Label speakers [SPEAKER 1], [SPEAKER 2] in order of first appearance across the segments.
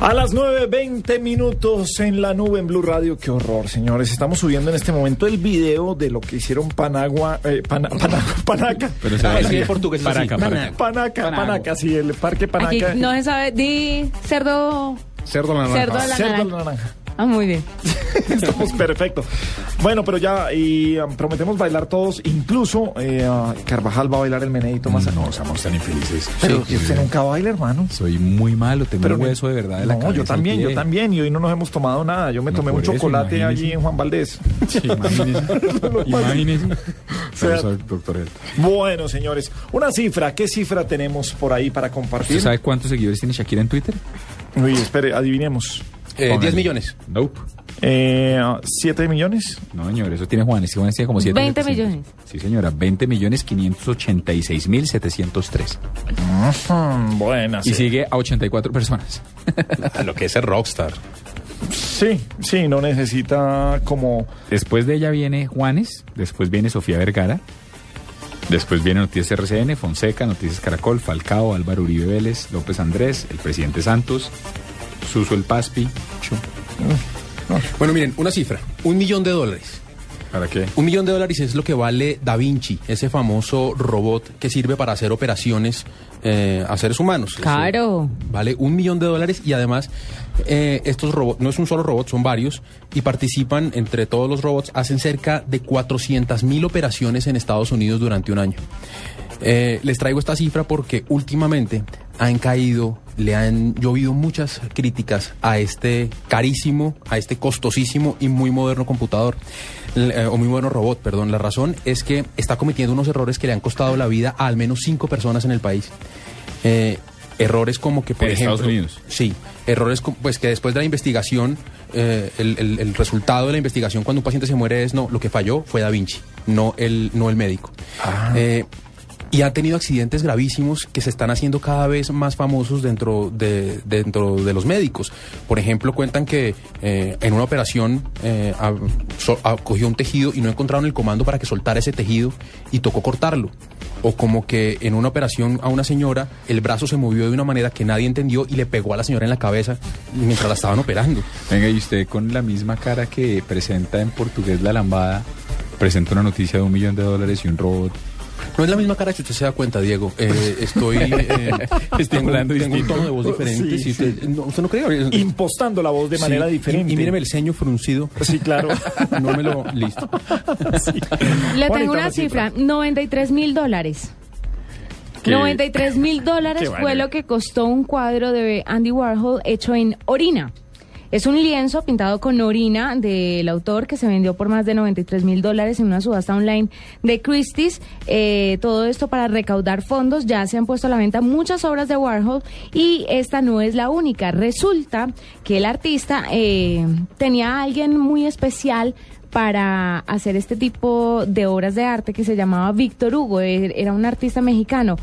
[SPEAKER 1] A las 9.20 minutos en la nube en Blue Radio. Qué horror, señores. Estamos subiendo en este momento el video de lo que hicieron Panagua, eh, Pana- Pana- Panaca.
[SPEAKER 2] Pero se
[SPEAKER 3] Ah,
[SPEAKER 2] va
[SPEAKER 3] es
[SPEAKER 2] la-
[SPEAKER 3] que en portugués es así.
[SPEAKER 2] Paraca, paraca.
[SPEAKER 3] Panaca.
[SPEAKER 1] Panaca, Panaca, sí, el Parque
[SPEAKER 4] Aquí
[SPEAKER 1] Panaca.
[SPEAKER 4] no se sabe. Di cerdo.
[SPEAKER 2] Cerdo la naranja.
[SPEAKER 4] Cerdo la
[SPEAKER 1] Cerdo a
[SPEAKER 4] naranja.
[SPEAKER 1] la naranja.
[SPEAKER 4] Ah, muy bien.
[SPEAKER 1] Estamos perfectos. Bueno, pero ya y, um, prometemos bailar todos, incluso eh, ah, Carvajal va a bailar el meneito más
[SPEAKER 2] Mm. No, estamos tan infelices.
[SPEAKER 1] Pero
[SPEAKER 2] Sí,
[SPEAKER 1] que usted
[SPEAKER 2] sí.
[SPEAKER 1] nunca baila, hermano.
[SPEAKER 2] Soy muy malo, tengo
[SPEAKER 1] Pero
[SPEAKER 2] un
[SPEAKER 1] ni-
[SPEAKER 2] hueso de verdad de la
[SPEAKER 1] no,
[SPEAKER 2] cabeza
[SPEAKER 1] yo
[SPEAKER 2] al
[SPEAKER 1] también, yo
[SPEAKER 2] pie.
[SPEAKER 1] también. Y hoy no nos hemos tomado nada. Yo me
[SPEAKER 2] No,
[SPEAKER 1] tomé un
[SPEAKER 2] por eso,
[SPEAKER 1] chocolate
[SPEAKER 2] imagínese.
[SPEAKER 1] allí en Juan Valdés.
[SPEAKER 2] Sí, imagínese. imagínese.
[SPEAKER 1] sea-
[SPEAKER 2] Pero soy doctor Ed.
[SPEAKER 1] Bueno, señores, una cifra. ¿Qué cifra tenemos por ahí para
[SPEAKER 2] ¿Usted
[SPEAKER 1] compartir?
[SPEAKER 2] sabe cuántos seguidores tiene Shakira en Twitter?
[SPEAKER 1] Uy, espere, adivinemos.
[SPEAKER 3] Eh, 10 millones.
[SPEAKER 2] Nope.
[SPEAKER 1] Eh, ¿Siete millones?
[SPEAKER 2] No, señor, eso tiene Juanes. Juanes tiene como 7
[SPEAKER 4] 20 millones.
[SPEAKER 2] Sí, señora, 20 millones 586 mil 703.
[SPEAKER 1] Mm, buenas.
[SPEAKER 2] Y sigue a 84 personas.
[SPEAKER 3] A lo que es el rockstar.
[SPEAKER 1] Sí, sí, no necesita como...
[SPEAKER 2] Después de ella viene Juanes, después viene Sofía Vergara, después viene Noticias RCN, Fonseca, Noticias Caracol, Falcao, Álvaro Uribe Vélez, López Andrés, el presidente Santos, Suso el Paspi. Chu.
[SPEAKER 3] Bueno, miren, una cifra. Un millón de dólares.
[SPEAKER 2] ¿Para qué?
[SPEAKER 3] Un millón de dólares es lo que vale Da Vinci, ese famoso robot que sirve para hacer operaciones eh, a seres humanos. Eso
[SPEAKER 4] Claro.
[SPEAKER 3] Vale un millón de dólares y además eh, estos robots, no es un solo robot, son varios, y participan entre todos los robots, hacen cerca de 400 mil operaciones en Estados Unidos durante un año. Eh, les traigo esta cifra porque últimamente han caído, le han llovido muchas críticas a este carísimo, a este costosísimo y muy moderno computador, l- eh, o muy moderno robot, perdón. La razón es que está cometiendo unos errores que le han costado la vida a al menos cinco personas en el país. Eh, errores como que, por
[SPEAKER 2] En
[SPEAKER 3] ejemplo...
[SPEAKER 2] Estados Unidos.
[SPEAKER 3] Sí, errores como- pues que después de la investigación, eh, el, el- el resultado de la investigación cuando un paciente se muere es, no, lo que falló fue Da Vinci, no el, no el médico.
[SPEAKER 2] Ah.
[SPEAKER 3] Eh, y han tenido accidentes gravísimos que se están haciendo cada vez más famosos dentro de, dentro de los médicos. Por ejemplo, cuentan que eh, en una operación eh, a- so- a- cogió un tejido y no encontraron el comando para que soltara ese tejido y tocó cortarlo. O como que en una operación a una señora el brazo se movió de una manera que nadie entendió y le pegó a la señora en la cabeza mientras la estaban operando.
[SPEAKER 2] Venga, y usted con la misma cara que presenta en portugués la lambada, presenta una noticia de un millón de dólares y un robot.
[SPEAKER 3] No es la misma cara que usted se da cuenta, Diego. Eh, estoy eh, tengo,
[SPEAKER 2] hablando
[SPEAKER 3] tengo un
[SPEAKER 2] distinto.
[SPEAKER 3] tono de voz diferente.
[SPEAKER 1] Sí,
[SPEAKER 3] si usted, no, usted no cree.
[SPEAKER 1] Impostando la voz de
[SPEAKER 3] Sí,
[SPEAKER 1] manera
[SPEAKER 3] y-
[SPEAKER 1] diferente.
[SPEAKER 3] Y, míreme el ceño fruncido.
[SPEAKER 1] Sí, claro.
[SPEAKER 3] No me lo. Listo.
[SPEAKER 1] Ah. Sí.
[SPEAKER 4] Le
[SPEAKER 1] Juanita,
[SPEAKER 4] tengo una cifra. 93 mil dólares.
[SPEAKER 2] ¿Qué?
[SPEAKER 4] 93 mil
[SPEAKER 1] Qué
[SPEAKER 4] dólares fue
[SPEAKER 1] vaina.
[SPEAKER 4] lo que costó un cuadro de Andy Warhol hecho en orina. Es un lienzo pintado con orina del autor que se vendió por más de 93 mil dólares en una subasta online de Christie's. Eh, todo esto para recaudar fondos. Ya se han puesto a la venta muchas obras de Warhol y esta no es la única. Resulta que el artista eh, tenía a alguien muy especial para hacer este tipo de obras de arte que se llamaba Víctor Hugo. Er- Era un artista mexicano.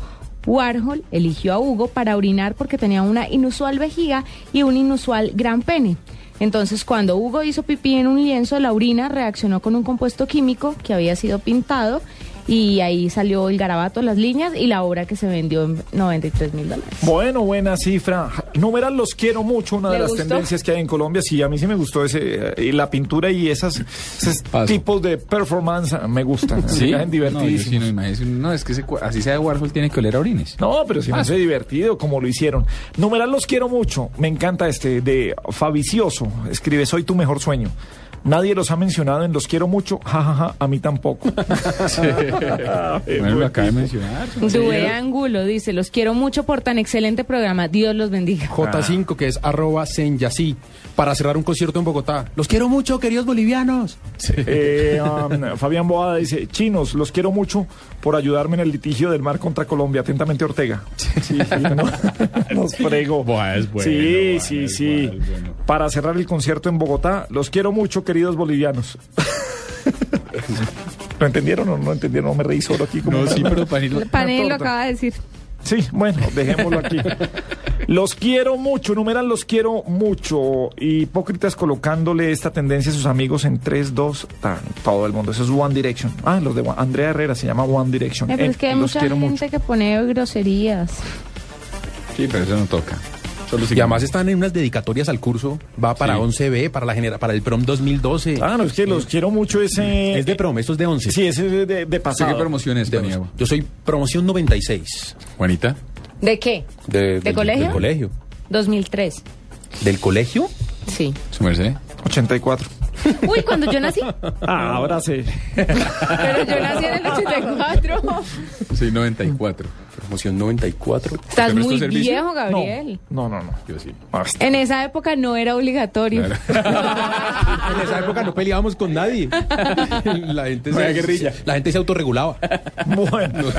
[SPEAKER 4] Warhol eligió a Hugo para orinar porque tenía una inusual vejiga y un inusual gran pene. Entonces, cuando Hugo hizo pipí en un lienzo, la orina reaccionó con un compuesto químico que había sido pintado y ahí salió el garabato, las líneas y la obra que se vendió en 93 mil dólares.
[SPEAKER 1] Bueno, buena cifra. Numeral los quiero mucho, una de
[SPEAKER 4] ¿Le
[SPEAKER 1] las
[SPEAKER 4] gustó?
[SPEAKER 1] tendencias que hay en Colombia. Sí, a mí sí me gustó ese, eh, y la pintura y esas, esos
[SPEAKER 2] Paso.
[SPEAKER 1] tipos de performance eh, me gustan. Se me hacen
[SPEAKER 2] No, yo sí,
[SPEAKER 1] divertidísimos.
[SPEAKER 2] no, imagínese, no, es que ese cua- así sea de Warhol tiene que oler a orines.
[SPEAKER 1] No, pero sí me
[SPEAKER 2] Ah,
[SPEAKER 1] hace divertido como lo hicieron. Numeral los quiero mucho. Me encanta este de Fabicioso. Escribe, soy tu mejor sueño. Nadie los ha mencionado en los quiero mucho. Ja, ja, ja, a mí tampoco.
[SPEAKER 2] Bueno, lo acaba de mencionar.
[SPEAKER 4] Due Angulo dice, los quiero mucho por tan excelente programa. Dios los bendiga.
[SPEAKER 3] J5, que es arroba senyasi, para cerrar un concierto en Bogotá. Los quiero mucho, queridos bolivianos.
[SPEAKER 1] Eh, um, Fabián Boada dice, chinos, los quiero mucho por ayudarme en el litigio del mar contra Colombia. Atentamente, Ortega. Sí, sí, no, nos fregó.
[SPEAKER 2] Boada es bueno,
[SPEAKER 1] sí,
[SPEAKER 2] Boada
[SPEAKER 1] sí,
[SPEAKER 2] es
[SPEAKER 1] sí.
[SPEAKER 2] bueno, es bueno.
[SPEAKER 1] Para cerrar el concierto en Bogotá, los quiero mucho, queridos bolivianos. ¿Lo entendieron o no entendieron? No me reí solo aquí. Como
[SPEAKER 2] No, sí, pero para ir-
[SPEAKER 4] Panel lo
[SPEAKER 1] torta.
[SPEAKER 4] acaba de decir.
[SPEAKER 1] Sí, bueno, dejémoslo aquí. Los quiero mucho, numeral los quiero mucho. Hipócritas colocándole esta tendencia a sus amigos en 3, 2, tan, todo el mundo. Eso es One Direction. Ah, los de One- Andrea Herrera se llama One Direction.
[SPEAKER 4] Eh, pero
[SPEAKER 1] Eh,
[SPEAKER 4] es que hay
[SPEAKER 1] los
[SPEAKER 4] mucha
[SPEAKER 1] quiero
[SPEAKER 4] gente
[SPEAKER 1] mucho.
[SPEAKER 4] que pone groserías.
[SPEAKER 2] Sí, pero eso no toca. Solo
[SPEAKER 3] Y además
[SPEAKER 2] significa-
[SPEAKER 3] están en unas dedicatorias al curso. Va para
[SPEAKER 2] Sí.
[SPEAKER 3] 11B, para la genera, para el prom 2012.
[SPEAKER 1] Ah, no, es que los quiero mucho ese...
[SPEAKER 3] es de prom, esto es de 11.
[SPEAKER 1] Sí, ese es de, de
[SPEAKER 2] ¿Usted
[SPEAKER 1] pasado.
[SPEAKER 2] qué promoción es,
[SPEAKER 3] De
[SPEAKER 2] Paniagua?
[SPEAKER 3] 11. Yo soy promoción 96.
[SPEAKER 2] Juanita.
[SPEAKER 4] ¿De qué?
[SPEAKER 3] ¿De,
[SPEAKER 4] colegio?
[SPEAKER 3] Del colegio.
[SPEAKER 4] 2003.
[SPEAKER 3] ¿Del colegio?
[SPEAKER 4] Sí.
[SPEAKER 2] Su merced.
[SPEAKER 1] 84.
[SPEAKER 4] Uy, cuando yo nací.
[SPEAKER 1] Ah, ahora sí.
[SPEAKER 4] Pero yo nací en el 84.
[SPEAKER 2] Sí, 94.
[SPEAKER 3] Promoción 94.
[SPEAKER 4] Estás
[SPEAKER 2] prestó
[SPEAKER 4] muy
[SPEAKER 2] servicio?
[SPEAKER 4] viejo,
[SPEAKER 1] No,
[SPEAKER 4] Gabriel.
[SPEAKER 1] no, no. no.
[SPEAKER 2] Yo sí.
[SPEAKER 1] Basta.
[SPEAKER 4] En esa época no era obligatorio.
[SPEAKER 2] Claro.
[SPEAKER 3] En esa época no peleábamos con nadie. La gente,
[SPEAKER 2] No
[SPEAKER 3] se,
[SPEAKER 2] había guerrilla.
[SPEAKER 3] la gente se autorregulaba.
[SPEAKER 1] Bueno.